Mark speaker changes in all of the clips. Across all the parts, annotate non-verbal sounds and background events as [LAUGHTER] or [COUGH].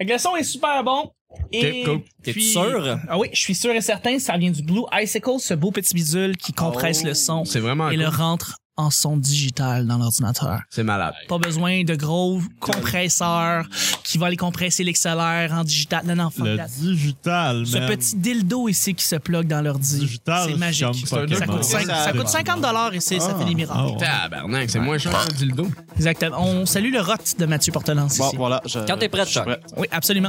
Speaker 1: le son est super bon. Et
Speaker 2: Ok, cool.
Speaker 3: T'es-tu
Speaker 1: puis-
Speaker 3: sûr?
Speaker 1: Ah oui, je suis sûr et certain, ça vient du Blue Icicle, ce beau petit bidule qui compresse le son
Speaker 2: C'est vraiment
Speaker 1: et
Speaker 2: cool.
Speaker 1: le rentre en son digital dans l'ordinateur.
Speaker 2: C'est malade.
Speaker 1: Pas besoin de gros compresseurs qui vont aller compresser l'accélère en digital. Non, non, fuck
Speaker 4: Le
Speaker 1: that.
Speaker 4: digital,
Speaker 1: Ce
Speaker 4: man.
Speaker 1: petit dildo ici qui se plug dans l'ordi.
Speaker 4: Digital,
Speaker 1: C'est
Speaker 4: c'est comme
Speaker 1: magique.
Speaker 4: Pokémon.
Speaker 1: Ça coûte, cinq- ça coûte 50 dollars ici, ça fait des miracles.
Speaker 4: Ah ouais.
Speaker 2: Tabarnak, c'est moins cher un dildo.
Speaker 1: Exactement. On salue le rot de Mathieu Portelance
Speaker 5: Bon,
Speaker 1: ici.
Speaker 5: voilà. je-
Speaker 3: Quand t'es prêt,
Speaker 5: je suis
Speaker 3: Chuck.
Speaker 5: prêt.
Speaker 1: Oui, absolument.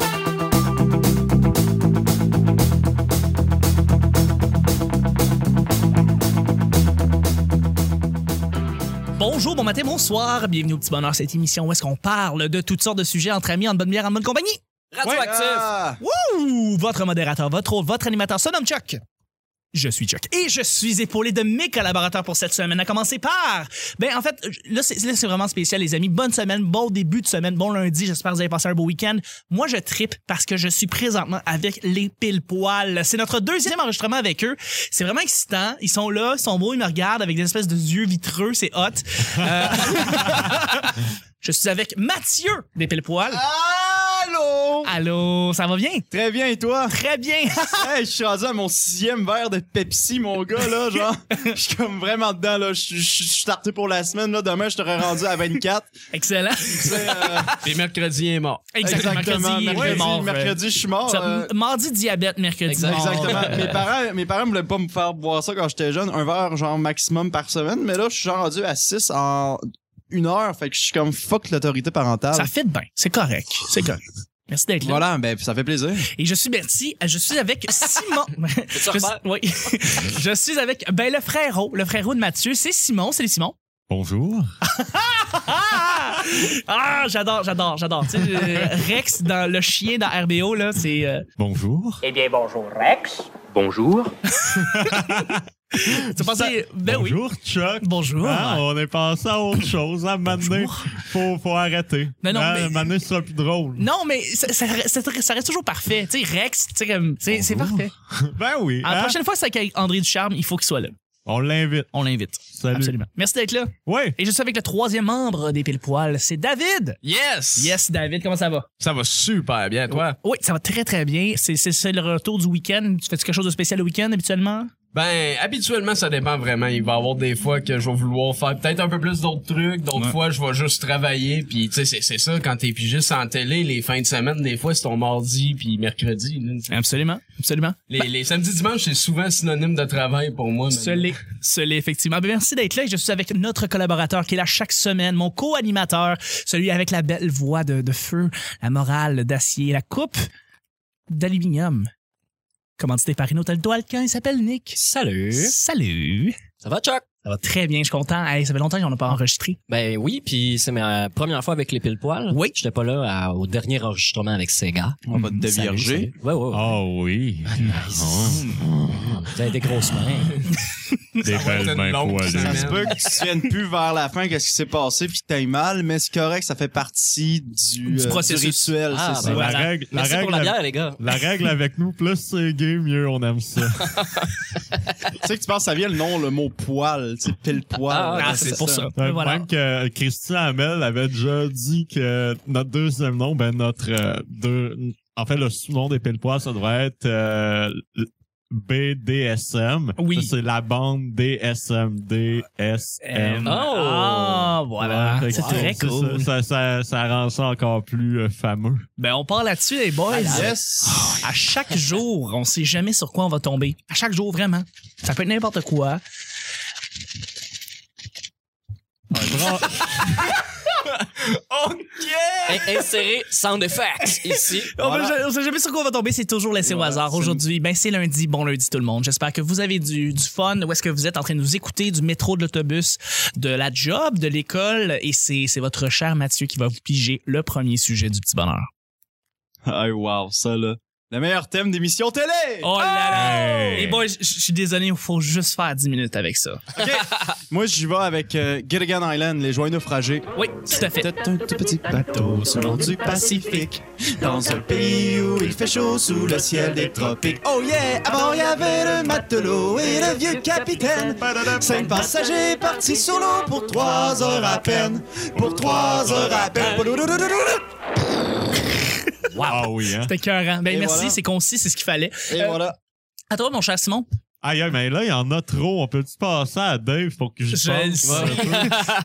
Speaker 1: Bonjour, bon matin, bonsoir. Bienvenue au Petit Bonheur, cette émission où est-ce qu'on parle de toutes sortes de sujets entre amis, en bonne bière, en bonne compagnie.
Speaker 3: Radioactif!
Speaker 5: Ah!
Speaker 1: Wouh! Votre modérateur, votre hôte, votre animateur se nomme Chuck. Je suis Chuck. Et je suis épaulé de mes collaborateurs pour cette semaine, à commencer par... Ben, en fait, là, c'est là, c'est vraiment spécial, les amis. Bonne semaine, bon début de semaine, bon lundi. J'espère que vous avez passé un beau week-end. Moi, je tripe parce que je suis présentement avec les pile-poils. C'est notre deuxième enregistrement avec eux. C'est vraiment excitant. Ils sont là, ils sont beaux, ils me regardent avec des espèces de yeux vitreux. C'est hot. Euh, [LAUGHS] je suis avec Mathieu des pile-poils.
Speaker 5: Allô?
Speaker 1: Allô, ça va bien?
Speaker 5: Très bien, et toi?
Speaker 1: Très bien.
Speaker 5: hey, je suis rendu à mon sixième verre de Pepsi, mon gars, là, genre. Je suis comme vraiment dedans, là. Je je- je suis starté pour la semaine, là. Demain, je t'aurais rendu à 24.
Speaker 1: Excellent.
Speaker 5: Tu sais, euh,
Speaker 2: Et mercredi est mort.
Speaker 1: Exactement. Mercredi,
Speaker 5: Mercredi,
Speaker 1: il est mort. euh,
Speaker 5: mercredi, je suis mort.
Speaker 1: Ça- Oh.
Speaker 5: euh,
Speaker 1: Mardi, diabète, mercredi.
Speaker 3: Exact-
Speaker 1: mort. Euh,
Speaker 5: Exactement. mes parents, mes parents voulaient pas me faire boire ça quand j'étais jeune, un verre genre maximum par semaine, mais là je suis genre rendu à 6 en une heure, fait que je suis comme fuck l'autorité parentale.
Speaker 1: Ça fit bien. C'est correct. C'est correct. Merci d'être là.
Speaker 5: voilà, ben ça fait plaisir.
Speaker 1: Et je suis Bertie. Je suis avec Simon. je, suis,
Speaker 3: refaire?
Speaker 1: oui. [LAUGHS] je suis avec ben, le frérot. Le frérot de Mathieu, c'est Simon. C'est les Simons.
Speaker 4: Bonjour.
Speaker 1: Ah! Ah, j'adore, j'adore, j'adore. Tu sais, euh, Rex, dans le chien dans RBO, là, c'est... euh,
Speaker 4: Bonjour.
Speaker 6: Eh bien, bonjour Rex.
Speaker 7: Bonjour.
Speaker 1: c'est passé... Ben oui.
Speaker 4: Bonjour, Chuck.
Speaker 1: Bonjour.
Speaker 4: Ah, on est passé à autre chose. À un moment donné, faut, faut arrêter.
Speaker 1: Mais non,
Speaker 4: Ah,
Speaker 1: mais-
Speaker 4: un moment donné, ce sera plus drôle.
Speaker 1: Non, mais ça, ça- ça- ça reste toujours parfait. Tu sais, Rex, tu sais, comme- tu sais, c'est
Speaker 4: Bonjour.
Speaker 1: parfait.
Speaker 4: [LAUGHS] Ben oui.
Speaker 1: À La
Speaker 4: hein?
Speaker 1: prochaine fois que c'est avec André Ducharme, il faut qu'il soit là.
Speaker 4: On l'invite.
Speaker 1: On l'invite.
Speaker 4: Salut.
Speaker 1: Absolument. Merci d'être là.
Speaker 4: Oui.
Speaker 1: Et je suis avec le troisième membre des pile poils, c'est David.
Speaker 2: Yes!
Speaker 1: Yes, David, comment ça va?
Speaker 2: Ça va super bien, toi.
Speaker 1: Oui, ça va très très bien. C'est- C'est c'est le retour du week-end. Tu fais-tu quelque chose de spécial le week-end habituellement?
Speaker 2: Ben, habituellement, ça dépend vraiment. Il va y avoir des fois que je vais vouloir faire peut-être un peu plus d'autres trucs. D'autres fois, je vais juste travailler. Puis, tu sais, c'est- c'est ça, quand t'es pigiste en télé, les fins de semaine, des fois, c'est ton mardi puis mercredi. là, tu sais.
Speaker 1: Absolument, absolument.
Speaker 2: Les, les samedis, dimanches, c'est souvent synonyme de travail pour moi.
Speaker 1: Ce
Speaker 2: maintenant.
Speaker 1: l'est, ce l'est, effectivement. Ben, merci d'être là. Je suis avec notre collaborateur qui est là chaque semaine, mon co-animateur, celui avec la belle voix de, de feu, la morale d'acier, la coupe d'aluminium. Commandité par Inno Taldo Alquin, il s'appelle Nick.
Speaker 3: Salut!
Speaker 1: Salut!
Speaker 3: Ça va, Chuck?
Speaker 1: Ça va très bien, je suis content. Hey, ça fait longtemps qu'on n'a pas enregistré.
Speaker 3: Ben oui, puis c'est ma première fois avec les pile-poils.
Speaker 1: Oui.
Speaker 3: J'étais pas là à- au dernier enregistrement avec Sega.
Speaker 5: On va te dévierger.
Speaker 3: Ouais, ouais, ouais.
Speaker 4: Oh oui.
Speaker 3: Nice. Vous avez des grosses mains. Ah,
Speaker 4: Des
Speaker 2: va être
Speaker 4: belles
Speaker 2: une
Speaker 4: mains
Speaker 2: longue
Speaker 4: poilues.
Speaker 2: semaine.
Speaker 5: Ça se peut que tu te souviennes plus vers la fin qu'est-ce qui s'est passé puis que t'ailles mal, mais c'est correct, ça fait partie du,
Speaker 1: Du
Speaker 5: euh,
Speaker 1: processus.
Speaker 5: rituel, c'est
Speaker 3: Ah, ben
Speaker 5: ça.
Speaker 4: La
Speaker 3: voilà.
Speaker 4: règle- la
Speaker 3: Merci pour
Speaker 4: règle
Speaker 3: la
Speaker 4: avec-
Speaker 3: bière, les gars.
Speaker 4: La règle avec nous, plus c'est gay, mieux on aime ça.
Speaker 5: Tu sais que tu penses ça vient le nom le mot poil, tu sais pile poil.
Speaker 3: Ah,
Speaker 1: Ah, c'est pour ça. Voilà.
Speaker 4: Même que Christian Hamel avait déjà dit que notre deuxième nom, ben notre euh, deux, en fait le sous-nom des pile-poils, ça devrait être euh, l- BDSM.
Speaker 1: Oui.
Speaker 4: Ça, C'est la bande DSM,
Speaker 1: Oh!
Speaker 4: DSM.
Speaker 1: Euh,
Speaker 3: Ah,
Speaker 1: Ah, voilà.
Speaker 4: Ouais, fait
Speaker 1: c'est
Speaker 4: que
Speaker 1: très
Speaker 4: ça,
Speaker 1: cool.
Speaker 4: Ça, ça, ça rend ça encore plus euh, fameux.
Speaker 1: Ben, on part là-dessus, les boys. Ah,
Speaker 5: Yes.
Speaker 1: À [LAUGHS] chaque jour, on sait jamais sur quoi on va tomber. À chaque jour, vraiment. Ça peut être n'importe quoi. [LAUGHS]
Speaker 3: In- Insérer sound effects ici.
Speaker 1: On, ne sait jamais sur quoi on va tomber, c'est toujours laissé
Speaker 5: Voilà,
Speaker 1: au hasard.
Speaker 5: c'est-
Speaker 1: Aujourd'hui, ben c'est lundi, bon lundi tout le monde. J'espère que vous avez du, du fun, où est-ce que vous êtes en train de nous écouter, du métro, de l'autobus, de la job, de l'école. Et c'est c'est votre cher Mathieu qui va vous piger le premier sujet du petit bonheur.
Speaker 5: Ah wow, ça là. Le meilleur thème d'émission télé.
Speaker 1: Oh là là!
Speaker 4: Hey!
Speaker 1: Et boys, je je suis désolé, il faut juste faire 10 minutes avec ça.
Speaker 5: OK. Moi, j'y vais avec euh, Gilligan Island, les joints naufragés.
Speaker 1: Oui, tout à fait.
Speaker 5: C'était un tout petit bateau sur le long du Pacifique, dans un pays où il fait chaud sous le ciel des tropiques. Oh yeah! Avant, il y avait le matelot et le vieux capitaine. Cinq passagers partis sur l'eau pour trois heures à peine. Pour trois heures à peine.
Speaker 4: Ah oui, hein?
Speaker 1: C'était écœurant. Ben,
Speaker 5: Et
Speaker 1: merci,
Speaker 5: voilà.
Speaker 1: c'est concis, c'est ce qu'il fallait.
Speaker 5: Et
Speaker 1: Euh,
Speaker 5: voilà.
Speaker 1: À toi, mon cher Simon.
Speaker 4: Aïe, aïe, mais là, il y en a trop. On peut-tu passer à Dave pour que je
Speaker 1: Je le
Speaker 4: pense?
Speaker 1: sais.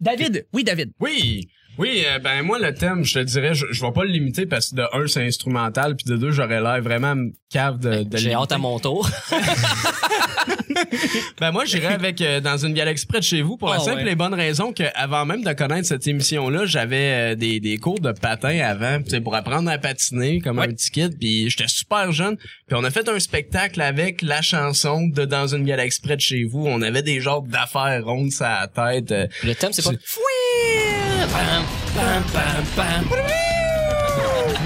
Speaker 1: [LAUGHS] David. Oui, David.
Speaker 2: Oui, oui, euh, ben moi le thème, je te dirais, je, je vais pas le limiter parce que de un c'est instrumental, puis de deux j'aurais l'air vraiment cave de. de
Speaker 3: J'ai
Speaker 2: limiter.
Speaker 3: hâte à mon tour.
Speaker 2: Ben moi j'irai avec euh, dans une galaxie près de chez vous pour la
Speaker 3: Ah,
Speaker 2: simple
Speaker 3: ouais.
Speaker 2: et bonne raison que avant même de connaître cette émission là, j'avais euh, des, des cours de patin avant, tu sais, pour apprendre à patiner comme
Speaker 1: Ouais.
Speaker 2: un petit kid, puis j'étais super jeune, puis on a fait un spectacle avec la chanson de dans une galaxie près de chez vous, on avait des genres d'affaires rondes à la tête. euh,
Speaker 3: Le thème, c'est pas. Pam, pam, pam, pam.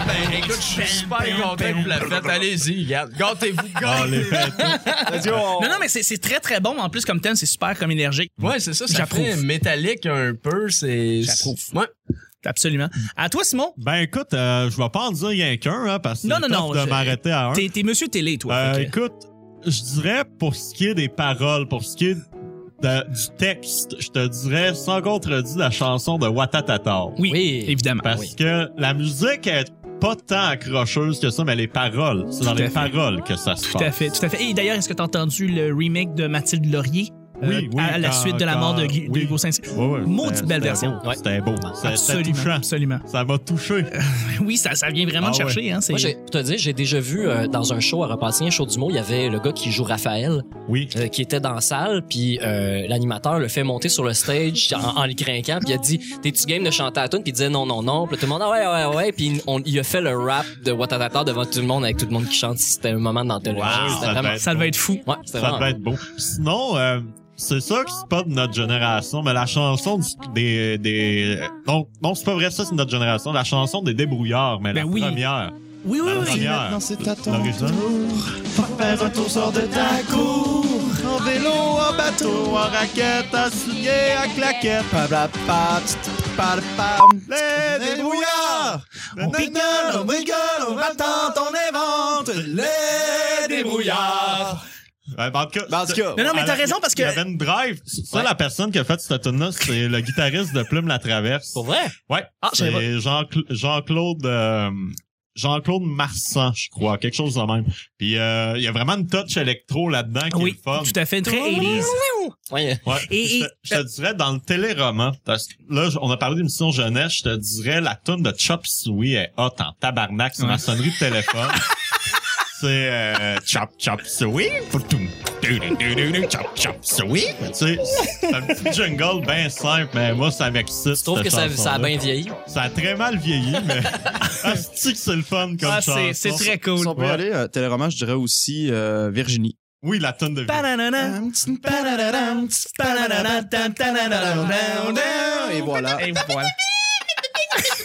Speaker 2: Ben écoute, je suis super content que vous la faites. Allez-y, regarde. Gâtez-vous,
Speaker 4: On les
Speaker 2: gâtez
Speaker 4: fait tous.
Speaker 3: [LAUGHS]
Speaker 5: Adieu, on-
Speaker 1: Non, non, mais c'est- c'est très, très bon. En plus, comme thème, c'est super comme énergique.
Speaker 2: Ouais, c'est ça, ça
Speaker 1: J'approuve.
Speaker 2: fait métallique un peu, c'est...
Speaker 1: J'approuve.
Speaker 2: Ouais.
Speaker 1: Absolument. À toi, Simon.
Speaker 4: Ben écoute, euh, je vais pas en dire rien qu'un, hein, parce que
Speaker 1: Non,
Speaker 4: c'est
Speaker 1: non,
Speaker 4: tough
Speaker 1: non,
Speaker 4: de
Speaker 1: je-
Speaker 4: m'arrêter à un.
Speaker 1: T'es t'es monsieur télé, toi.
Speaker 4: Euh,
Speaker 1: Fait que-
Speaker 4: Écoute, je dirais pour ce qui est des paroles, pour ce qui est de- du texte, je te dirais sans contredit la chanson de Watatata.
Speaker 1: Oui,
Speaker 3: Oui.
Speaker 1: évidemment.
Speaker 4: Parce que la musique est pas tant accrocheuse que ça, mais les paroles. C'est dans
Speaker 1: Tout à
Speaker 4: les
Speaker 1: fait.
Speaker 4: paroles que ça se passe.
Speaker 1: Tout à fait, tout à fait. Et d'ailleurs, est-ce que t'as entendu le remake de Mathilde Laurier euh,
Speaker 4: Oui, oui,
Speaker 1: à la
Speaker 4: quand-
Speaker 1: suite de la mort de, Gu- de
Speaker 4: quand- oui.
Speaker 1: Hugo Saint-Cyr?
Speaker 4: Ouais, ouais,
Speaker 1: Maudite
Speaker 4: c'était-
Speaker 1: belle
Speaker 4: c'était
Speaker 1: version.
Speaker 4: beau, C'était beau. C'était- C'était
Speaker 1: Absolument,
Speaker 4: touchant.
Speaker 1: absolument.
Speaker 4: Ça m'a touché.
Speaker 1: Oui, ça, ça vient vraiment
Speaker 4: Ah
Speaker 1: de chercher. Hein, c'est-
Speaker 3: Moi, j'ai- pour te dire, j'ai déjà vu euh, dans un show à Repentigny, un show du mot, il y avait le gars qui joue Raphaël,
Speaker 4: Oui.
Speaker 3: euh, qui était dans la salle, puis euh, l'animateur le fait monter sur le stage en, en le crinquant, puis il a dit « T'es-tu game de chanter à la toune? » Puis il disait « Non, non, non. » Puis tout le monde « Ah ouais, ouais, ouais. » Puis on- il a fait le rap de Watatata devant tout le monde, avec tout le monde qui chante. C'était un moment dans
Speaker 4: Wow,
Speaker 3: télévision.
Speaker 4: ça
Speaker 3: C'était vraiment...
Speaker 4: devait
Speaker 1: Ça devait être fou.
Speaker 3: Ouais,
Speaker 4: Ça
Speaker 3: c'était vraiment...
Speaker 4: devait être beau. Puis Sinon, euh, c'est sûr que c'est pas de notre génération, mais la chanson du- des... des non, non c'est pas vrai, ça, c'est de notre génération. La chanson des débrouillards, mais
Speaker 1: Ben
Speaker 4: la
Speaker 1: oui.
Speaker 4: première.
Speaker 1: Oui, oui,
Speaker 4: La
Speaker 1: oui.
Speaker 4: première.
Speaker 5: Maintenant, c'est à ton
Speaker 4: L'original.
Speaker 5: tour. Faire un tour sort de ta cour. En vélo, en bateau, en raquette, à soulier, à claquette. Pa-la-pa, pa-la-pa. Les débrouillards! On rigole, on rigole, on attend, on invente. Les débrouillards!
Speaker 4: Ouais, ben, en tout cas,
Speaker 5: Ben, en tout cas,
Speaker 1: Non, non, mais
Speaker 4: à
Speaker 1: t'as
Speaker 4: la-
Speaker 1: raison parce que.
Speaker 4: Il y avait une drive. Ça,
Speaker 3: Ouais.
Speaker 4: la personne qui a fait cette tune là c'est le guitariste de Plume la Traverse.
Speaker 3: Pour vrai?
Speaker 4: Ouais.
Speaker 3: Ah, je savais pas.
Speaker 4: c'est Jean-Cla- Jean-Claude euh, Jean-Claude Marsan, je crois, quelque chose de même. Puis euh, il y a vraiment une touch électro là-dedans qui est
Speaker 1: Oui,
Speaker 4: le fun.
Speaker 1: tout à fait. Très 80s.
Speaker 3: Ouais.
Speaker 4: Ouais.
Speaker 1: Et-
Speaker 4: je, te, je te dirais dans le téléroman, parce que là on a parlé d'émission jeunesse, je te dirais la tune de Chop Suey est hot en tabarnak sur ma sonnerie de
Speaker 3: [LAUGHS]
Speaker 4: téléphone. C'est euh, Chop Chop Suey, poutoum, du, du, du, du, Chop Chop Suey. Tu sais, c'est un petit jungle bien simple, mais moi ça m'excite.
Speaker 3: Je trouve
Speaker 4: cette
Speaker 3: que ça, ça a
Speaker 4: chanson-là.
Speaker 3: bien vieilli.
Speaker 4: Ça a très mal vieilli,
Speaker 1: [LAUGHS]
Speaker 4: mais asti que c'est le fun comme
Speaker 1: Ah,
Speaker 4: chanson.
Speaker 1: c'est c'est très
Speaker 5: Si
Speaker 1: cool.
Speaker 5: on peut y
Speaker 4: Ouais.
Speaker 5: aller, euh, téléroman, je dirais aussi euh, Virginie.
Speaker 4: Oui, la tonne de
Speaker 1: Pananana, pananana, pananana, tam, tananana.
Speaker 5: Et voilà.
Speaker 1: Et voilà. [LAUGHS]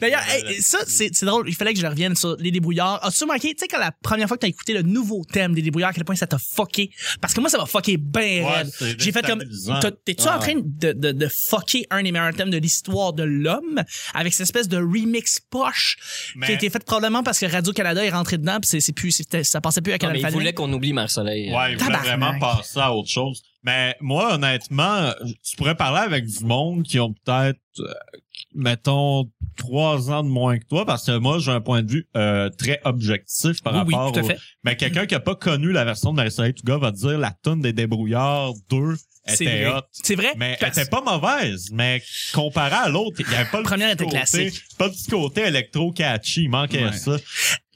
Speaker 1: D'ailleurs, hey, ça, c'est c'est drôle. Il fallait que je revienne sur les débrouillards. As-tu remarqué, tu sais, quand la première fois que t'as écouté le nouveau thème des débrouillards, à quel point ça t'a fucké? Parce que moi, ça m'a fucké ben raide.
Speaker 4: c'est
Speaker 1: J'ai fait comme.
Speaker 4: déstabilisant. Ah.
Speaker 1: t'as- T'es-tu en train de, de, de fucker un des meilleurs thèmes de l'histoire de l'homme avec cette espèce de remix poche qui
Speaker 4: Mais-
Speaker 1: a été faite probablement parce que Radio-Canada est rentré dedans pis c'est- c'est plus, c'était- ça passait plus à
Speaker 3: Non, mais
Speaker 1: Canal
Speaker 3: il
Speaker 1: Famille.
Speaker 3: voulait qu'on oublie Marseille.
Speaker 4: Ouais, il voulait
Speaker 1: Tabarnak.
Speaker 4: vraiment passer à autre chose. Mais moi, honnêtement, tu pourrais parler avec du monde qui ont peut-être, euh, mettons, trois ans de moins que toi, parce que moi, j'ai un point de vue euh, très objectif par
Speaker 1: Oui, oui,
Speaker 4: rapport
Speaker 1: tout à
Speaker 4: au-
Speaker 1: fait.
Speaker 4: Mais quelqu'un qui a pas connu la version de Marie-Soleil Touga va dire la tonne des débrouillards 2
Speaker 1: C'est
Speaker 4: était
Speaker 1: vrai.
Speaker 4: hot.
Speaker 1: C'est vrai?
Speaker 4: Mais elle
Speaker 1: Parce-
Speaker 4: était pas mauvaise, mais comparé à l'autre, il n'y avait pas le
Speaker 1: Première
Speaker 4: petit
Speaker 1: était
Speaker 4: côté, pas le petit côté électro-catchy, il manquait
Speaker 5: Ouais.
Speaker 4: ça.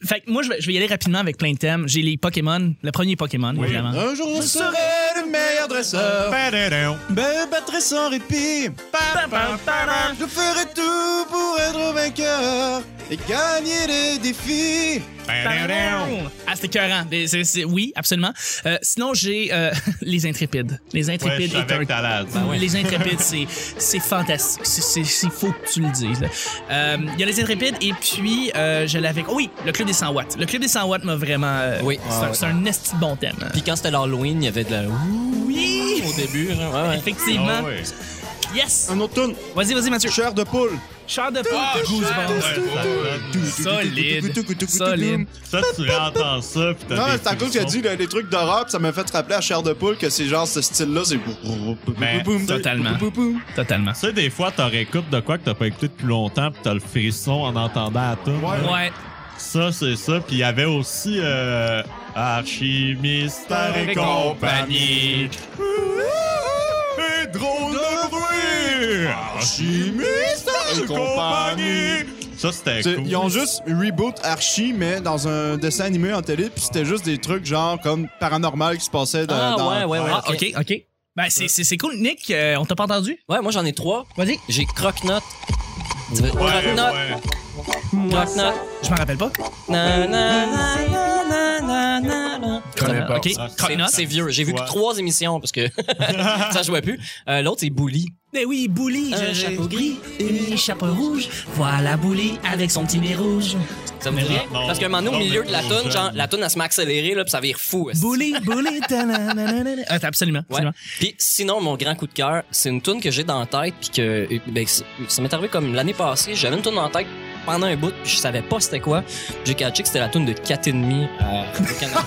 Speaker 1: Fait que moi, je vais, je vais y aller rapidement avec plein de thèmes. J'ai les Pokémon. Le premier Pokémon, évidemment.
Speaker 5: Un jour, je serai le meilleur dresseur.
Speaker 4: Padadam,
Speaker 5: Me battrai sans répit.
Speaker 4: pam, pam, pam.
Speaker 5: Je ferai tout pour être vainqueur et gagner les défis.
Speaker 4: Padadam.
Speaker 1: Ah, c'était écœurant. Des- c'est- c'est- Oui, absolument. Euh, sinon, j'ai euh, [LAUGHS] les Intrépides. Les
Speaker 4: Ouais, je
Speaker 1: Intrépides est
Speaker 4: savais
Speaker 1: un
Speaker 4: que t'allais à dire.
Speaker 1: Les
Speaker 4: [LAUGHS]
Speaker 1: Intrépides, c'est, c'est fantastique. C'est- c'est- c'est- Il faut que tu le dises. là. Euh, Il y a les Intrépides et puis euh, je l'avais. oh oui, le Club des 100 watts. Le Club des 100 watts m'a vraiment. euh,
Speaker 3: Oui.
Speaker 1: c'est, un, c'est un esti de bon thème. hein.
Speaker 3: Puis quand c'était l'Halloween, il y avait de la...
Speaker 1: Oui!
Speaker 3: au début. genre, ouais, ouais.
Speaker 1: Effectivement.
Speaker 4: Ah ouais.
Speaker 1: Il Yes!
Speaker 5: Un autre tune.
Speaker 1: Vas-y, vas-y, Mathieu.
Speaker 5: Chair de poule.
Speaker 1: Char de
Speaker 4: Ah,
Speaker 1: poule, Goosebumps. Solide. Solide.
Speaker 4: Ça, tu entends ça, pis t'as
Speaker 5: Non,
Speaker 4: des
Speaker 5: mais c'est à cause qu'il a
Speaker 4: frissons.
Speaker 5: dit là, des trucs d'horreur, puis ça m'a fait rappeler à Chair de poule que c'est genre ce style-là, c'est.
Speaker 4: Mais
Speaker 1: totalement. Totalement.
Speaker 4: Tu sais, des fois, t'en réécoutes de quoi que t'as pas écouté depuis longtemps, pis t'as le frisson en entendant à tout.
Speaker 5: Ouais.
Speaker 1: Ouais.
Speaker 4: Ça, c'est ça. Puis il y avait aussi euh, Archimistère et compagnie. Et drôle de bruit! Archimistère et compagnie! Ça, c'était
Speaker 5: C'est-
Speaker 4: Ben, cool.
Speaker 5: Ils ont juste reboot Archie, mais dans un dessin animé en télé, puis c'était juste des trucs genre comme paranormal qui se passait dans.
Speaker 3: Ah,
Speaker 5: dans-
Speaker 3: ouais, ouais, ouais.
Speaker 1: Ah, OK, OK. Ben, c'est- c'est c'est cool, Nick. euh, on t'a pas entendu?
Speaker 3: Ouais, moi j'en ai trois.
Speaker 1: Vas-y.
Speaker 3: J'ai Croque-Note. Croque-Note.
Speaker 4: Ouais,
Speaker 3: Croque-Note.
Speaker 4: ouais.
Speaker 1: Je m'en rappelle pas.
Speaker 3: Na, na, na, na, na, na, na.
Speaker 2: connais pas.
Speaker 1: Euh, OK.
Speaker 4: Ah,
Speaker 3: C'est-
Speaker 1: Croque-note.
Speaker 3: C'est vieux. J'ai vu que
Speaker 4: Ouais.
Speaker 3: trois émissions parce que [LAUGHS] ça jouait plus. Euh, L'autre, c'est Bully.
Speaker 1: Mais oui, Bouli,
Speaker 3: Un
Speaker 1: j'ai
Speaker 3: chapeau gris,
Speaker 1: une chapeau rouge. Voilà Bouli avec son petit nez rouge.
Speaker 3: Ça me dit rien?
Speaker 4: non.
Speaker 3: Parce qu'à un moment donné, au
Speaker 4: Non,
Speaker 3: milieu
Speaker 4: mais
Speaker 3: de la
Speaker 4: non,
Speaker 3: tonne,
Speaker 4: j'aime.
Speaker 3: genre, la tonne, elle se met à accélérer, là, puis ça vire fou. esti.
Speaker 1: Bouli, Bouli, ta-na-na-na-na. Ah, absolument,
Speaker 3: Ouais.
Speaker 1: absolument.
Speaker 3: Puis sinon, mon grand coup de cœur, c'est une tune que j'ai dans la tête, puis que euh, ben, c'est- ça m'est arrivé comme l'année passée. J'avais une tune en tête pendant un bout, puis je savais pas c'était quoi. J'ai catché que c'était la tune de euh, 4,5 à Radio-Canada.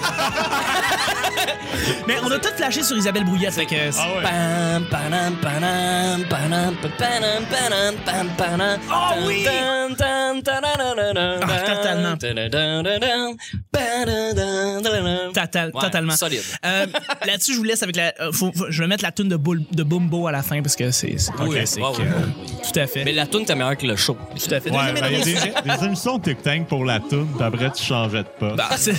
Speaker 1: Mais on a tout flashé sur Isabelle Brouillette, fait que... euh,
Speaker 4: Ah ouais.
Speaker 3: Pam, panam, panam, panam, pa- panam, panam, pam, panam.
Speaker 1: Oh oui!
Speaker 3: Tan, tan, tan, tan, tan, tan, tan,
Speaker 1: Ah, totalement.
Speaker 3: tan, tan, tan, tan, tan, tan, tan, tan, tan.
Speaker 1: Total-
Speaker 3: Ouais,
Speaker 1: totalement.
Speaker 3: Solide.
Speaker 1: Euh, Là-dessus, je vous laisse avec la. euh, faut- faut- je vais mettre la tune de, Boul- de Bumbo à la fin parce que c'est c'est
Speaker 3: Oui,
Speaker 1: classique.
Speaker 3: ouais, ouais,
Speaker 1: euh,
Speaker 3: ouais.
Speaker 1: Tout à fait.
Speaker 3: Mais la toune était meilleure que le show.
Speaker 1: tout à fait.
Speaker 4: Ouais,
Speaker 1: Deuxième
Speaker 4: ben, il y a
Speaker 1: annonce.
Speaker 4: des, des émissions de tic pour la toune, puis après, tu changeais de pas.
Speaker 1: Bah, c'est-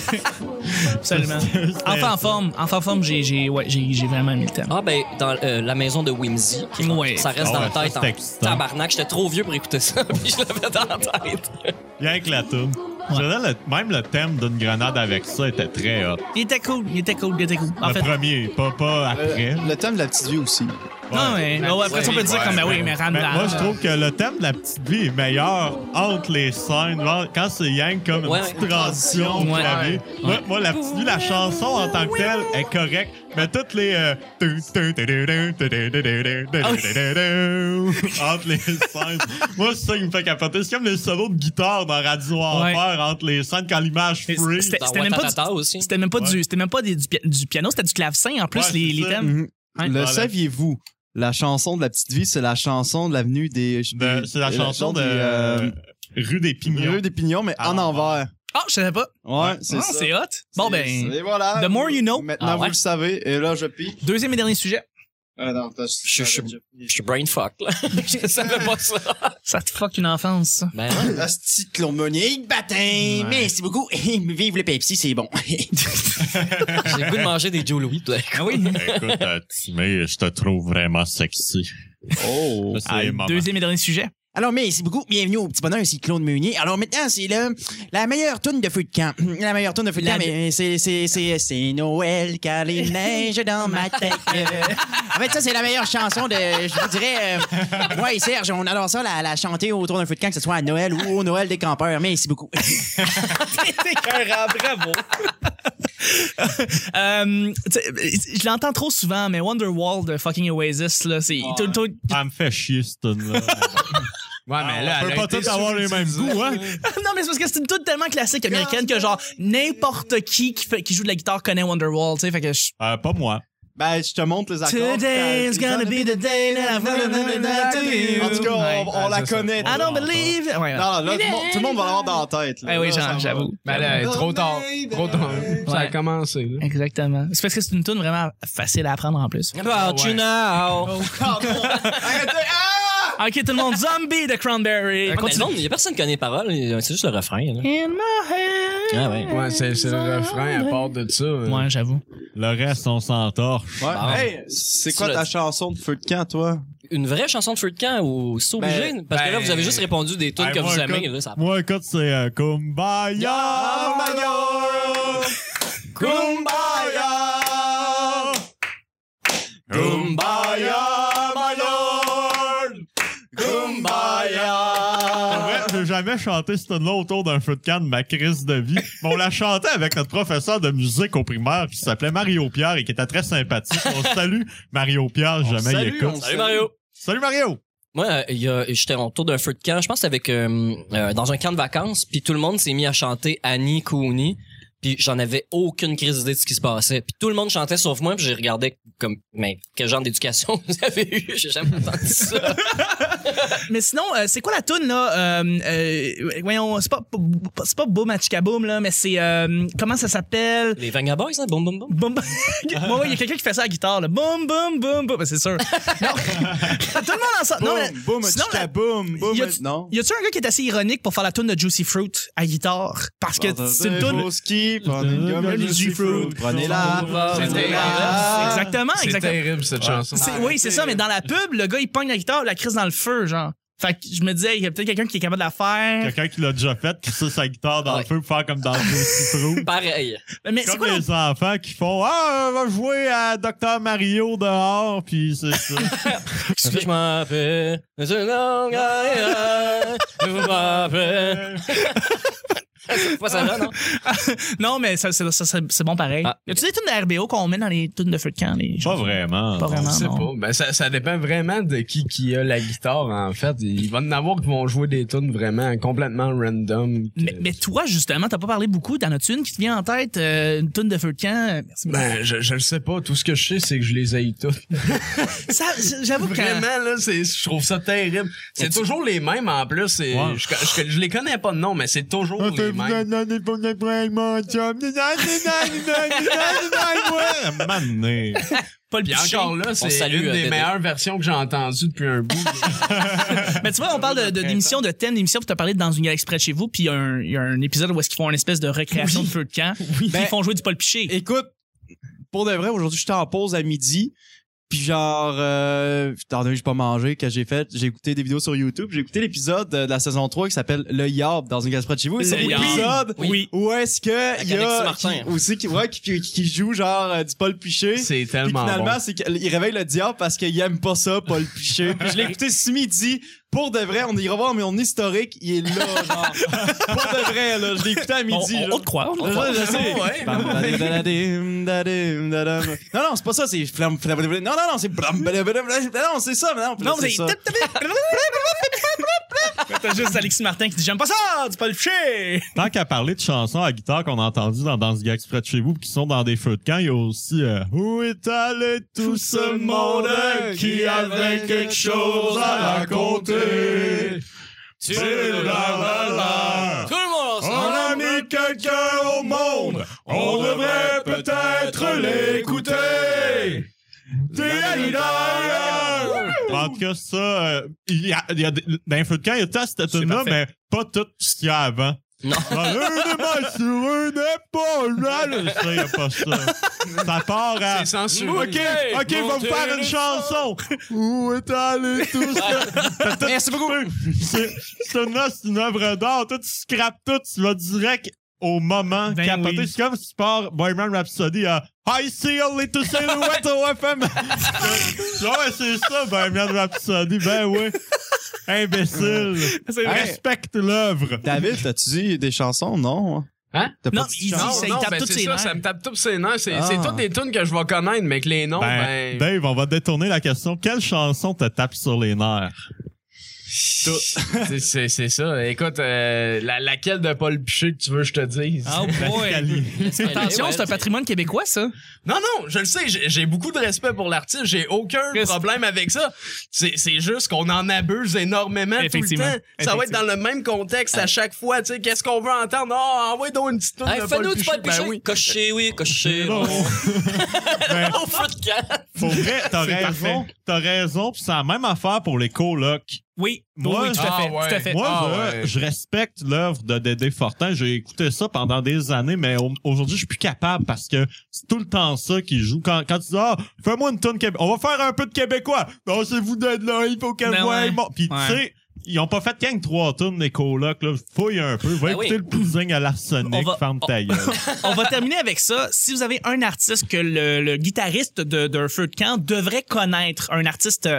Speaker 1: Absolument.
Speaker 4: C'était-
Speaker 1: Enfin en forme, enfin en forme, j'ai j'ai- ouais, j'ai- j'ai vraiment mis le thème.
Speaker 3: Ah ben dans euh, la maison de Whimsy, qui-
Speaker 1: Ouais.
Speaker 3: ça reste
Speaker 4: Ah
Speaker 3: dans
Speaker 4: ouais,
Speaker 3: la
Speaker 4: ça,
Speaker 3: tête
Speaker 4: c'est excitant.
Speaker 3: en tabarnak. J'étais trop vieux pour écouter ça, puis je l'avais dans la tête.
Speaker 4: Rien que la toune. Je dirais le- même le thème d'une grenade avec ça était très hot.
Speaker 1: Il était cool, il était cool, il était cool. En
Speaker 4: le
Speaker 1: fait,
Speaker 4: premier, pas, pas après.
Speaker 5: Le thème de la petite vie aussi.
Speaker 1: non, mais ouais, ouais, après, ça, on peut dire comme, ben oui, mais rame
Speaker 4: Mais
Speaker 1: la-
Speaker 4: moi, je trouve que le thème de la petite vie est meilleur entre les scènes. Genre, Quand c'est Yang comme
Speaker 3: Ouais,
Speaker 4: une petite
Speaker 3: ouais.
Speaker 4: transition au
Speaker 1: Ouais.
Speaker 4: clavier. Moi, moi, la petite vie, la chanson en tant que telle est correcte. Mais toutes les. euh,
Speaker 3: Oh.
Speaker 4: entre les scènes. Moi, c'est ça qui me fait capoter. C'est comme les solos de guitare dans Radio
Speaker 1: Ouais.
Speaker 4: Enfer entre les scènes quand l'image
Speaker 1: Mais
Speaker 4: freeze.
Speaker 1: c'était-
Speaker 3: Dans
Speaker 1: C'était même pas du-
Speaker 3: Ouattatata aussi.
Speaker 1: c'était même pas du, c'était même pas des- du, pia- du piano, c'était du clavecin en plus
Speaker 4: Ouais,
Speaker 1: les,
Speaker 4: c'est
Speaker 1: les
Speaker 4: ça.
Speaker 1: thèmes.
Speaker 5: Mhm.
Speaker 1: Ouais.
Speaker 5: Le
Speaker 4: Voilà.
Speaker 5: saviez-vous? La chanson de la petite vie, c'est la chanson de l'avenue des.
Speaker 4: De- Ben, C'est la
Speaker 5: des-
Speaker 4: chanson de
Speaker 5: des, euh,
Speaker 4: Rue des Pignons.
Speaker 5: Rue des pignons, mais en
Speaker 4: Ah.
Speaker 5: envers.
Speaker 1: Ah, je savais pas.
Speaker 5: Ouais, c'est
Speaker 1: Ah,
Speaker 5: ça.
Speaker 1: c'est hot. Bon ben,
Speaker 5: Et voilà.
Speaker 1: the more you know.
Speaker 5: Maintenant,
Speaker 3: Ah ouais?
Speaker 5: vous le savez. Et là, je pique.
Speaker 1: deuxième et dernier sujet.
Speaker 5: Ah non, t'as-
Speaker 3: Je- je- Je suis brain fuck là. je savais pas ça.
Speaker 1: Ça te fuck une enfance. ça.
Speaker 3: Ben ouais.
Speaker 5: Asti de clown
Speaker 6: Batin, merci beaucoup. [LAUGHS] Vive le Pepsi, c'est bon.
Speaker 3: J'ai
Speaker 6: [LAUGHS]
Speaker 3: le goût de manger des Joe Louis. tout à coup.
Speaker 1: Ah oui.
Speaker 4: Écoute, euh, Timé, je te trouve vraiment sexy.
Speaker 5: Oh.
Speaker 4: Ça, c'est maman.
Speaker 1: Deuxième et dernier sujet.
Speaker 6: Alors, merci beaucoup. Bienvenue au petit bonheur, ici Claude Meunier. Alors, maintenant, c'est le, la meilleure tourne de feu de camp. [CLEARS THROAT] La meilleure tourne de feu de
Speaker 1: La
Speaker 6: camp, mais c'est, c'est, c'est, c'est Noël car il neige dans ma tête. Euh, en fait, ça, c'est la meilleure chanson de, je vous dirais, euh, moi et Serge, on adore ça, la, la chanter autour d'un feu de camp, que ce soit à Noël ou au Noël des campeurs. Merci beaucoup.
Speaker 1: bravo. Euh, tu sais, je l'entends trop souvent, mais Wonderwall de fucking Oasis, là, c'est. tout- tout-
Speaker 4: Ça me fait chier, cette tune-là.
Speaker 2: [LAUGHS] Ouais, Ah, mais là,
Speaker 4: Ah, on
Speaker 2: elle
Speaker 4: peut
Speaker 2: a
Speaker 4: pas
Speaker 2: été
Speaker 4: tous avoir les mêmes
Speaker 2: sous-utilisée.
Speaker 4: goûts, hein?
Speaker 1: non, mais c'est parce que c'est une toute tellement classique américaine que, genre, n'importe qui qui, fait- qui joue de la guitare connaît Wonderwall, tu sais, fait que je.
Speaker 4: Euh, pas moi.
Speaker 5: Ben, je te montre les accords. Ben,
Speaker 1: Today's
Speaker 5: T'as-
Speaker 1: gonna be the day that I'm gonna do it
Speaker 5: En tout cas, on, on
Speaker 2: Ouais,
Speaker 5: la
Speaker 2: ça, ça.
Speaker 5: connaît.
Speaker 1: I don't believe. Ouais, Ah non.
Speaker 5: Non, là, tout, le monde- tout le monde va l'avoir dans la tête. là.
Speaker 1: Eh oui,
Speaker 5: Là, ça
Speaker 1: j'en-
Speaker 5: va.
Speaker 1: j'avoue.
Speaker 2: Mais là, trop tard. Trop tard. Ça a commencé, là.
Speaker 1: Exactement. C'est parce que c'est une tune vraiment facile à apprendre en plus.
Speaker 3: About you now.
Speaker 5: Arrêtez! Ah!
Speaker 1: Ok, tout le monde, Zombie de Cranberry.
Speaker 3: Mais non, il y a personne qui connaît les paroles, c'est juste le refrain. Là.
Speaker 1: In my head.
Speaker 3: Ah ouais.
Speaker 2: Ouais, c'est c'est le refrain à part de ça. hein.
Speaker 1: Ouais, j'avoue.
Speaker 4: Le reste, on s'entorche.
Speaker 5: Ouais.
Speaker 3: Bon.
Speaker 5: Hey, c'est quoi
Speaker 3: Tu
Speaker 5: ta
Speaker 3: l'as-
Speaker 5: chanson de feu de camp, toi?
Speaker 3: Une vraie chanson de feu de camp ou c'est obligé? Parce que là,
Speaker 2: ben-
Speaker 3: vous avez juste répondu des tunes
Speaker 4: Hey,
Speaker 3: que
Speaker 4: ben, moi,
Speaker 3: vous
Speaker 4: écoute-
Speaker 3: aimez. Là, ça...
Speaker 4: Moi, écoute, c'est euh, Kumbaya, Mayor! Kumbaya! Kumbaya, Mayor! Kumbaya! Ouais, j'ai jamais chanté cette tune-là autour d'un feu de camp de ma crise de vie. Mais on la chantait avec notre professeur de musique au primaire qui s'appelait Mario Pierre et qui était très sympathique. On salue Mario Pierre, jamais il
Speaker 5: salue,
Speaker 4: écoute.
Speaker 5: on
Speaker 3: Salut Mario!
Speaker 4: Salut Mario!
Speaker 3: Moi, euh, il y a- j'étais autour d'un feu de camp, je pense avec euh, euh, dans un camp de vacances, puis tout le monde s'est mis à chanter Annie Cooney, puis j'en avais aucune crise d'idée de ce qui se passait. Puis tout le monde chantait sauf moi, puis j'ai regardé comme mais quel genre d'éducation vous avez eu, j'ai jamais entendu ça.
Speaker 1: Mais sinon, euh, c'est quoi la toune, là? Euh, euh, voyons, c'est pas, c'est pas Boom à Chicaboom, là, mais c'est... euh, comment ça s'appelle?
Speaker 3: [LAUGHS] Les Vanga Boys, hein, boum boum boum.
Speaker 1: Boom, boom. [LAUGHS] Moi, ouais, il y a quelqu'un qui fait ça à la guitare, là. Boom, boom, boom, boom. Ben, C'est sûr.
Speaker 5: [LAUGHS]
Speaker 1: Non. Tout le monde ensemble. Non, mais-
Speaker 5: boum,
Speaker 1: sinon,
Speaker 5: chica, boum, boum.
Speaker 1: y a-tu-
Speaker 5: Non.
Speaker 1: y a-tu un gars qui est assez ironique pour faire la toune de Juicy Fruit à guitare? Parce que c'est une toune.
Speaker 5: Beau ski, prenez une gomme,
Speaker 1: Juicy
Speaker 5: Juicy
Speaker 1: Fruit.
Speaker 5: Fruit. Prenez-la.
Speaker 2: C'est terrible.
Speaker 5: Prenez-la.
Speaker 1: Exactement,
Speaker 2: C'est
Speaker 1: exactement.
Speaker 2: terrible, cette chanson.
Speaker 1: C'est- oui, c'est ça, mais dans la pub, le gars, il pogne la guitare, la crise dans le feu, genre. Fait que je me disais, il y a peut-être quelqu'un qui est capable de la faire.
Speaker 4: Quelqu'un qui l'a déjà fait, qui ça sa guitare dans
Speaker 3: Ouais.
Speaker 4: le feu pour faire comme dans le Juicy Fruit.
Speaker 3: Pareil.
Speaker 1: Mais c'est
Speaker 4: Comme
Speaker 1: quoi
Speaker 4: les
Speaker 1: l'autre-
Speaker 4: enfants qui font Ah, on va jouer à Docteur Mario dehors, puis c'est ça.
Speaker 3: Excuse-moi, je m'appelle. Monsieur Longaria, Je vous m'appelle. C'est pas ça là, non?
Speaker 1: Non, mais ça, ça- ça- ça- c'est bon pareil.
Speaker 3: Ah.
Speaker 1: Y a-tu des tunes de RBO qu'on met dans les tunes de feu de camp? Les...
Speaker 4: [LAUGHS] Pas vraiment.
Speaker 1: Pas vraiment.
Speaker 2: Je sais
Speaker 1: non.
Speaker 2: pas. Ben, ça, ça dépend vraiment de qui qui a la guitare, en fait. Il va y en avoir qui vont jouer des tunes vraiment complètement random. que-
Speaker 1: Mais, mais toi, justement, t'as pas parlé beaucoup. T'en as-tu une qui te vient en tête? euh, une tune de feu de camp? Merci.
Speaker 2: Ben, je, je le sais pas. Tout ce que je sais, c'est que je les haïs toutes.
Speaker 1: Ça, J'avoue que... quand-
Speaker 2: [LAUGHS] Vraiment, là, c'est, je trouve ça terrible. C'est toujours les mêmes, en plus. c'est-
Speaker 4: Ouais.
Speaker 2: Je, je, je les connais pas de nom, mais c'est toujours
Speaker 4: Ah,
Speaker 2: les mêmes.
Speaker 4: Mané.
Speaker 1: Paul
Speaker 2: Puis
Speaker 1: Piché.
Speaker 2: encore là, c'est
Speaker 3: salue,
Speaker 2: une
Speaker 3: euh,
Speaker 2: des
Speaker 3: Dédé.
Speaker 2: meilleures versions que j'ai entendues depuis un bout.
Speaker 4: [LAUGHS]
Speaker 1: Mais tu vois, on parle de- de- d'émissions, de, thèmes d'émissions, puis t'as parlé de dans une galaxie près de chez vous, puis il y, a un- il y a un épisode où est-ce qu'ils font une espèce de récréation de feu de camp, puis
Speaker 5: Ben,
Speaker 1: ils font jouer du Paul Piché.
Speaker 5: Écoute, pour de vrai, aujourd'hui, j'étais en pause à midi. Puis genre, euh, étant donné que j'ai pas mangé, que j'ai fait, j'ai écouté des vidéos sur YouTube. J'ai écouté l'épisode euh, de la saison 3 qui s'appelle Le Yard dans une gaspard de chez vous. Et C'est
Speaker 1: Le Yard.
Speaker 5: l'épisode
Speaker 1: Oui.
Speaker 5: où est-ce que il y
Speaker 3: Alexis
Speaker 5: a
Speaker 3: Martin.
Speaker 5: qui- aussi qui, ouais, qui, qui- qui joue genre euh, du Paul Piché.
Speaker 2: c'est
Speaker 5: Puis
Speaker 2: tellement
Speaker 5: finalement,
Speaker 2: bon.
Speaker 5: c'est qu'il réveille le diable parce qu'il aime pas ça, Paul Piché. Puis je l'ai écouté ce midi. Pour de vrai, on ira voir, mais on historique, il est là, genre. pour de vrai, là. Je l'ai écouté à midi.
Speaker 1: On- on,
Speaker 5: genre.
Speaker 1: on te croit. on te
Speaker 5: Je-
Speaker 1: croit.
Speaker 5: je sais.
Speaker 1: Ouais.
Speaker 5: Bam, dadim, dadim, dadim, dadim. Non, non, c'est pas ça, c'est flam, flam, flam, flam. Non, non, non, c'est blam, blam, blam, blam. Non, c'est ça, mais non,
Speaker 1: Non,
Speaker 5: c'est
Speaker 1: mais
Speaker 5: ça.
Speaker 1: t'as juste Alexis Martin qui dit J'aime pas ça, du Paul Piché.
Speaker 4: Tant qu'à parler de chansons à guitare qu'on a entendues dans Dans ce gars près de chez vous, puis qui sont dans des feux de camp, il y a aussi euh, Où est allé tout ce monde qui avait quelque chose à raconter?
Speaker 3: Tu-
Speaker 4: C'est la valeur.
Speaker 3: Tout le monde
Speaker 4: On
Speaker 3: ensemble.
Speaker 4: a mis quelqu'un au monde, on devrait peut-être l'écouter. En tout cas, ça, euh, il y a, il y a des- dans un feu de camp, il y a tout cette tune-là, mais pas tout ce qu'il y a avant. [LAUGHS]
Speaker 3: Non.
Speaker 4: Ah, une main sur une épaule, là, là, ça, il y a pas ça. Ça part à...
Speaker 2: C'est censuré.
Speaker 4: OK, OK, on va vous faire une chanson. Où est allé tout ça?
Speaker 5: Merci beaucoup.
Speaker 4: C'est c'est une, c'est une œuvre d'art. Toi, tu scrapes tout, tu vas direct au moment
Speaker 1: Ben
Speaker 4: capoté.
Speaker 1: oui.
Speaker 4: C'est comme si tu pars Boyman Rhapsody à I see only to silhouette au FM. non, mais c'est ça, Boyman Rhapsody. Ben oui. Imbécile.
Speaker 1: C'est vrai.
Speaker 4: Respecte l'œuvre.
Speaker 5: David, t'as-tu dit des chansons? Non.
Speaker 2: Hein?
Speaker 5: T'as
Speaker 1: Non,
Speaker 5: dit
Speaker 1: il dit
Speaker 5: chansons?
Speaker 1: ça, il tape
Speaker 2: ben,
Speaker 1: toutes
Speaker 2: c'est
Speaker 1: ses
Speaker 2: ça,
Speaker 1: nerfs.
Speaker 2: ça me tape toutes ses nerfs. C'est,
Speaker 5: Ah.
Speaker 2: c'est toutes des tunes que je vais connaître, mais que les noms, ben.
Speaker 4: Ben, Dave, on va détourner la question. Quelle chanson te tape sur
Speaker 1: [LAUGHS]
Speaker 4: les nerfs?
Speaker 2: [LAUGHS] c'est, c'est, c'est ça. Écoute, euh, la- laquelle de Paul Piché que tu veux que je te dise?
Speaker 1: Oh boy.
Speaker 4: Cali.
Speaker 1: Attention, c'est un patrimoine québécois, ça.
Speaker 2: Non, non, je le sais, j'ai j'ai beaucoup de respect pour l'artiste, j'ai aucun
Speaker 1: Respect.
Speaker 2: problème avec ça. C'est c'est juste qu'on en abuse énormément tout le
Speaker 1: Effectivement.
Speaker 2: temps. Ça va être dans le même contexte à chaque fois, tu sais, qu'est-ce qu'on veut entendre? Oh, envoie donc une petite tune
Speaker 3: Hey,
Speaker 2: de
Speaker 3: fais-nous
Speaker 2: Paul
Speaker 3: du
Speaker 2: Piché.
Speaker 3: Paul Piché.
Speaker 2: Ben oui.
Speaker 3: Coché, oui, coché. [LAUGHS]
Speaker 4: Non. Ben,
Speaker 3: Au feu de camp.
Speaker 4: Pour vrai, t'as
Speaker 1: C'est
Speaker 4: raison. T'as raison, pis c'est la même affaire pour les colocs.
Speaker 1: Oui.
Speaker 4: Moi,
Speaker 1: oui, tout à
Speaker 2: ah
Speaker 1: fait.
Speaker 2: ouais.
Speaker 1: tout à fait.
Speaker 4: Moi,
Speaker 2: Ah
Speaker 4: je,
Speaker 2: ouais.
Speaker 4: je respecte l'œuvre de Dédé Fortin. J'ai écouté ça pendant des années, mais au- aujourd'hui, je suis plus capable parce que c'est tout le temps ça qui joue. Quand, quand tu dis, ah, fais-moi une tonne québécois. On va faire un peu de québécois. Non, c'est vous d'être là, il faut qu'elle
Speaker 1: Ben
Speaker 4: voie.
Speaker 1: ouais.
Speaker 4: bon. Puis,
Speaker 1: Ouais.
Speaker 4: tu sais, ils ont pas fait gang trois tonnes des colocs, là. Fouille un peu. Va
Speaker 3: Ben
Speaker 4: écouter
Speaker 3: oui.
Speaker 4: le poussing à l'arsenic.
Speaker 1: On va-
Speaker 4: Ferme ta
Speaker 1: [LAUGHS]
Speaker 4: gueule.
Speaker 1: On va terminer avec ça. Si vous avez un artiste que le, le guitariste de- d'un feu de camp devrait connaître, un artiste.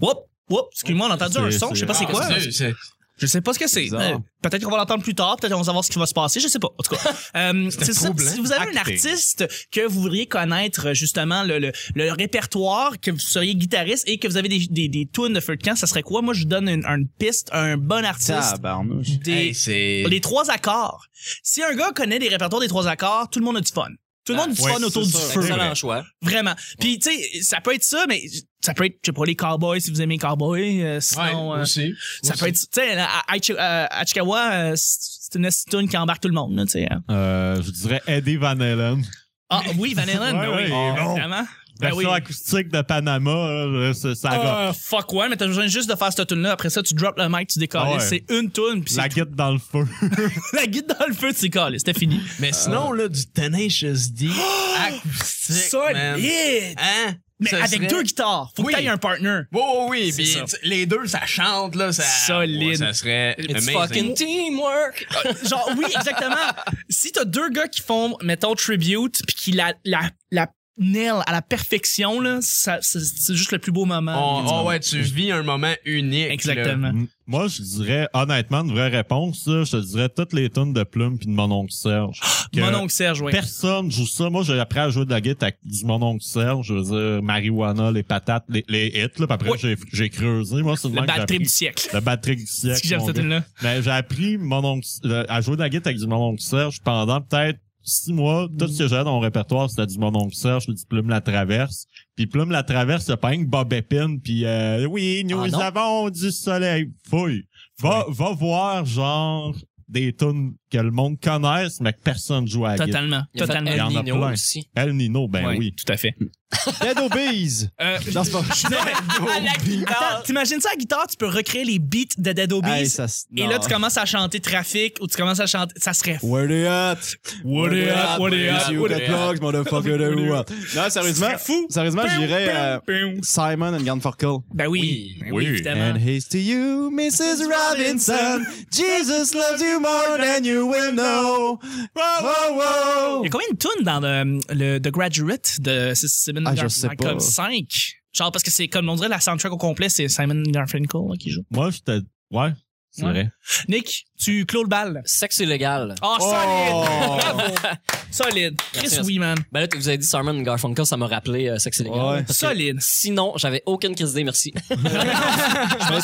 Speaker 1: Whoop, whoop, excuse-moi, on a entendu un
Speaker 4: C'est-
Speaker 1: son, je sais pas
Speaker 4: Ah,
Speaker 1: c'est quoi.
Speaker 2: c'est- c'est-
Speaker 1: Je sais pas ce que c'est.
Speaker 4: Bizarre.
Speaker 1: Euh, Peut-être qu'on va l'entendre plus tard, peut-être qu'on va savoir ce qui va se passer, je sais pas. En tout cas, euh, c'est ça,
Speaker 4: troublant.
Speaker 1: si vous avez un
Speaker 4: Acté.
Speaker 1: artiste que vous voudriez connaître euh, justement le, le, le répertoire, que vous seriez guitariste et que vous avez des, des, des tunes de feu de camp, ça serait quoi? Moi, je vous donne une, une piste, un bon artiste.
Speaker 6: Tabarnouche.
Speaker 1: Des,
Speaker 2: Hey, c'est.
Speaker 1: les trois accords. Si un gars connaît des répertoires des trois accords, tout le monde a du fun. Tout le monde a du
Speaker 4: ouais,
Speaker 1: fun autour
Speaker 4: c'est
Speaker 1: du
Speaker 4: ça.
Speaker 1: feu.
Speaker 3: Excellent choix.
Speaker 1: Vraiment. Puis, tu sais, ça peut être ça, mais ça peut être, je sais pas, les cowboys, si vous aimez les cowboys. euh,
Speaker 2: Ouais,
Speaker 1: sinon, euh,
Speaker 2: aussi.
Speaker 1: ça peut être, tu sais, là, à- à Chi- euh, à Chicago, euh, c'est une tune qui embarque tout le monde, là, tu sais. hein.
Speaker 4: Euh, je dirais Eddie Van Halen.
Speaker 1: Ah oui, Van Halen,
Speaker 4: Ouais,
Speaker 1: ben oui,
Speaker 4: ouais, il est bon.
Speaker 1: évidemment. Ben
Speaker 4: Version
Speaker 1: oui.
Speaker 4: acoustique de Panama, là, ça, ça rock.
Speaker 1: Ah, fuck ouais, mais t'as besoin juste de faire cette tune là Après ça, tu drops le mic, tu décolles.
Speaker 4: Ah ouais.
Speaker 1: C'est une tune, puis
Speaker 4: La
Speaker 1: c'est tout.
Speaker 4: guette dans le feu. [LAUGHS]
Speaker 1: [LAUGHS] la guide dans le feu, tu décolles. C'était fini. Euh,
Speaker 2: Mais sinon, là, du Tenacious
Speaker 1: [GASPS]
Speaker 2: D acoustique. man.
Speaker 1: Ah. Solide!
Speaker 2: Hein?
Speaker 1: Mais
Speaker 2: Ce
Speaker 1: avec
Speaker 2: serait-
Speaker 1: deux guitares. Faut
Speaker 2: Oui.
Speaker 1: que t'aies un partner.
Speaker 2: Oui, oui, oui.
Speaker 1: C'est
Speaker 2: Puis
Speaker 1: ça.
Speaker 2: tu- les deux, ça chante, là. Ça...
Speaker 1: Solide.
Speaker 2: Ouais, ça serait.
Speaker 3: It's
Speaker 2: amazing.
Speaker 3: fucking teamwork.
Speaker 1: Genre, oui, exactement. si t'as deux gars qui font, mettons, tribute, puis qui la, la, la nail à la perfection, là, ça, c'est c'est juste le plus beau moment.
Speaker 2: On- oh, ouais, tu vis un moment unique. là.
Speaker 1: Exactement.
Speaker 4: Mm. Moi, je dirais, honnêtement, une vraie réponse, là, je te dirais toutes les tunes de Plume puis de mon oncle Serge. Que
Speaker 1: Ah, Mon oncle Serge, oui.
Speaker 4: Personne joue ça. Moi, j'ai appris à jouer de la guitare avec du mon oncle Serge. Je veux dire, marijuana, les patates, les, les hits, là. Puis après,
Speaker 1: Oui.
Speaker 4: j'ai, j'ai creusé. Moi, c'est
Speaker 1: Le
Speaker 4: même que j'ai
Speaker 1: bad trip
Speaker 4: appris.
Speaker 1: du siècle.
Speaker 4: Le bad trip du siècle.
Speaker 1: C'est que j'aime
Speaker 4: mon
Speaker 1: cette
Speaker 4: gars.
Speaker 1: tune-là.
Speaker 4: Mais Ben, j'ai appris mon oncle, le- à jouer de la guitare avec du mon oncle Serge pendant peut-être six mois. Tout ce que j'avais dans mon répertoire, c'était du mon oncle Serge, du Plume la Traverse. Puis Plume la Traverse, c'est pas rien que Bob Epine. Puis euh, oui, nous
Speaker 3: Ah, non?
Speaker 4: avons du soleil. Fouille. Va, va voir, genre, des tunes que le monde connaisse, mais que personne joue à la guitare.
Speaker 1: Totalement.
Speaker 3: Il a fait
Speaker 1: Totalement.
Speaker 3: El
Speaker 4: Il y en a
Speaker 3: Niño
Speaker 4: plein.
Speaker 3: aussi.
Speaker 4: El Nino, ben
Speaker 1: Ouais,
Speaker 4: oui.
Speaker 1: tout à fait.
Speaker 5: Dead Obees.
Speaker 1: Euh,
Speaker 5: Non, c'est pas.
Speaker 1: Attends, t'imagines ça à la guitare, tu peux recréer les beats de Dead Obeez,
Speaker 5: Hey, ça se-
Speaker 1: et
Speaker 5: non.
Speaker 1: là, tu commences à chanter Trafic ou tu commences à chanter. Ça serait fou.
Speaker 5: Where they at?
Speaker 1: What
Speaker 5: Where
Speaker 1: it
Speaker 5: they
Speaker 1: up,
Speaker 5: at?
Speaker 1: what it up,
Speaker 5: You
Speaker 1: what
Speaker 5: got
Speaker 1: it up.
Speaker 5: logs, motherfucker, they were at.
Speaker 1: Ça
Speaker 5: Non, sérieusement.
Speaker 1: serait fou.
Speaker 5: Sérieusement, j'irais euh, Simon and Garfunkel.
Speaker 1: Ben oui. Ben oui, évidemment.
Speaker 5: And here's to you, Mrs. Robinson. Jesus loves you more than you will know. Whoa, whoa,
Speaker 1: Il y a combien de tunes dans le, le The Graduate de Simon
Speaker 5: Ah, je
Speaker 1: Garfunkel?
Speaker 5: sais pas.
Speaker 1: Comme 5. Genre, parce que c'est comme on dirait la soundtrack au complet, c'est Simon Garfunkel là, qui joue.
Speaker 4: Moi, j'étais, ouais, c'est
Speaker 1: Ouais.
Speaker 4: vrai.
Speaker 1: Nick, tu clôt le bal.
Speaker 3: Sexe illégal.
Speaker 1: Oh,
Speaker 5: Oh.
Speaker 1: solide! Bravo! Solide. Chris,
Speaker 3: Merci, merci.
Speaker 1: oui, man.
Speaker 3: Ben là, tu vous avez dit Simon Garfunkel, ça m'a rappelé euh, sexe illégal.
Speaker 5: Ouais.
Speaker 3: Parce que
Speaker 1: Solide.
Speaker 3: Sinon, j'avais aucune crise d'idée, merci.
Speaker 1: Je pense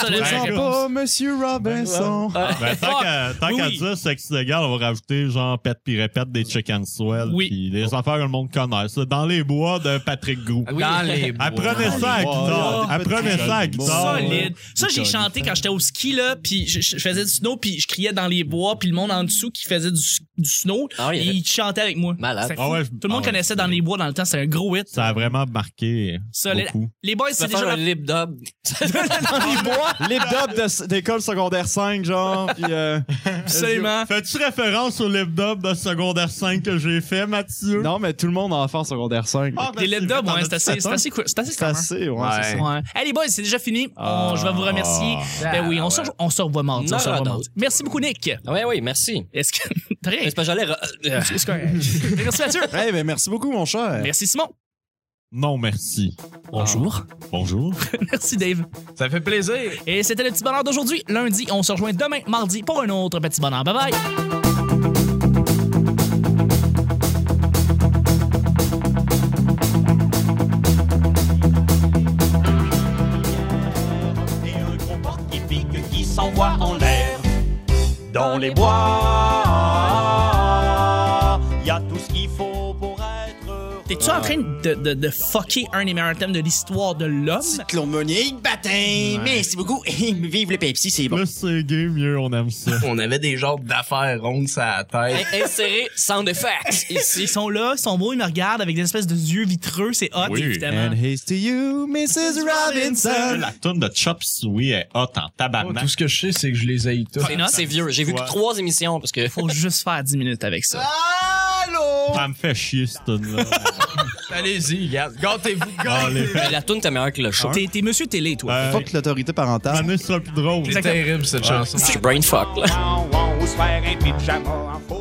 Speaker 1: que
Speaker 5: whoa.
Speaker 1: la
Speaker 5: Sans
Speaker 1: réponse.
Speaker 5: pas, Monsieur Robinson.
Speaker 1: [LAUGHS]
Speaker 4: Ben, tant
Speaker 3: Ah,
Speaker 1: Fuck.
Speaker 4: qu'à tant
Speaker 1: Ah, Oui,
Speaker 4: qu'à
Speaker 1: oui.
Speaker 4: ça, sexe légal, on va rajouter genre pète puis répète des chicken swell.
Speaker 1: Oui.
Speaker 4: Puis les affaires que le monde connaît. Ça, dans les bois de Patrick Gou.
Speaker 3: Oui.
Speaker 2: Ah, Dans [LAUGHS] les bois.
Speaker 4: Apprenez ça à la
Speaker 5: Wow.
Speaker 4: guitare. Apprenez ça à la guitare.
Speaker 1: Solide. Ça, j'ai chanté quand j'étais au ski, là, puis je, je faisais du snow, puis je criais dans les bois, puis le monde en dessous qui faisait du, du snow,
Speaker 3: Ah oui, il y avait-
Speaker 1: il chantait avec moi.
Speaker 3: Malade.
Speaker 1: C'était
Speaker 4: Ah
Speaker 1: fou.
Speaker 4: ouais, je-
Speaker 1: Tout le monde
Speaker 4: ah ouais.
Speaker 1: connaissait dans les bois dans le temps, c'était un gros hit.
Speaker 4: Ça a vraiment marqué
Speaker 1: Solide.
Speaker 4: beaucoup.
Speaker 1: Les boys,
Speaker 3: Tu
Speaker 1: c'est
Speaker 3: peux faire
Speaker 1: déjà
Speaker 3: un lip dub. [LAUGHS]
Speaker 5: [LAUGHS] Les dubs de- d'école secondaire 5, genre. Puis, euh,
Speaker 1: absolument.
Speaker 4: Fais-tu référence au lip dub de secondaire 5 que j'ai fait, Mathieu?
Speaker 5: Non, mais tout le monde en fait en secondaire 5.
Speaker 4: Ah, ben,
Speaker 1: Des
Speaker 4: c'est
Speaker 1: lip
Speaker 4: vrai,
Speaker 1: dubs,
Speaker 4: t'en
Speaker 1: ouais,
Speaker 4: as
Speaker 1: c'est
Speaker 4: dit ça,
Speaker 1: assez, c'est
Speaker 4: toi?
Speaker 1: assez, cou- c'est assez
Speaker 5: C'est
Speaker 1: commun.
Speaker 5: assez, ouais,
Speaker 3: Hein.
Speaker 5: c'est ça.
Speaker 1: Ouais. Hey les boys, c'est déjà fini. On- je vais vous remercier. ben oui, on, se, re- on se revoit mardi. on se revoit
Speaker 3: Ah. Non, non.
Speaker 1: mardi. Merci beaucoup, Nick.
Speaker 3: Ah Ouais, oui, merci.
Speaker 1: Est-ce que. [LAUGHS] T'as rien?
Speaker 3: Mais c'est parce que j'allais. re- euh,
Speaker 1: [LAUGHS] C'est correct. Merci Mathieu.
Speaker 5: Eh ben, merci beaucoup, mon cher.
Speaker 1: Merci Simon.
Speaker 4: Non, merci.
Speaker 1: Bonjour.
Speaker 4: Bonjour.
Speaker 1: [LAUGHS] Merci Dave.
Speaker 2: Ça fait plaisir.
Speaker 1: Et c'était le petit bonheur d'aujourd'hui. Lundi, on se rejoint demain, mardi, pour un autre petit bonheur. Bye bye.
Speaker 7: et un gros porc qui pique qui s'envoie en l'air. Dans les bois, il y a tout ce qu'il faut pour être heureux.
Speaker 1: T'es-tu en train de, de, de fucker un des meilleurs thèmes de l'histoire de l'homme?
Speaker 6: Claude Meunier, baptême. Merci beaucoup. Vive le Pepsi, c'est bon.
Speaker 4: Plus c'est gay, mieux on aime ça.
Speaker 2: On avait des genres d'affaires rondes sur la tête.
Speaker 3: in- Insérer sound effects
Speaker 1: Ils
Speaker 3: ici.
Speaker 1: sont là, ils sont beaux, ils me regardent avec des espèces de yeux vitreux. C'est hot,
Speaker 4: Oui.
Speaker 1: évidemment.
Speaker 5: And here's to you, Mrs. Robinson.
Speaker 4: La toune de Chop Suey est hot en
Speaker 2: Oh,
Speaker 4: tabarnak.
Speaker 2: tout ce que je sais, c'est que je les haïs tous.
Speaker 1: C'est nuts.
Speaker 3: C'est vieux. J'ai vu que
Speaker 4: Ouais.
Speaker 3: trois émissions parce que.
Speaker 1: Faut juste faire 10 minutes avec ça.
Speaker 4: Ça me fait chier, cette
Speaker 2: [LAUGHS]
Speaker 4: toune-là.
Speaker 2: Allez-y, gars. Gâtez-vous,
Speaker 4: Allez.
Speaker 2: gâtez-vous.
Speaker 3: Mais la toune, t'es meilleure que le show.
Speaker 1: T'es t'es monsieur télé, toi.
Speaker 4: Euh,
Speaker 5: Fuck l'autorité
Speaker 4: Ma
Speaker 5: parentale.
Speaker 4: année sera plus drôle.
Speaker 2: C'est terrible, cette chanson.
Speaker 3: Je suis brain fuck, là.
Speaker 7: En haut, se faire un pyjama en faux.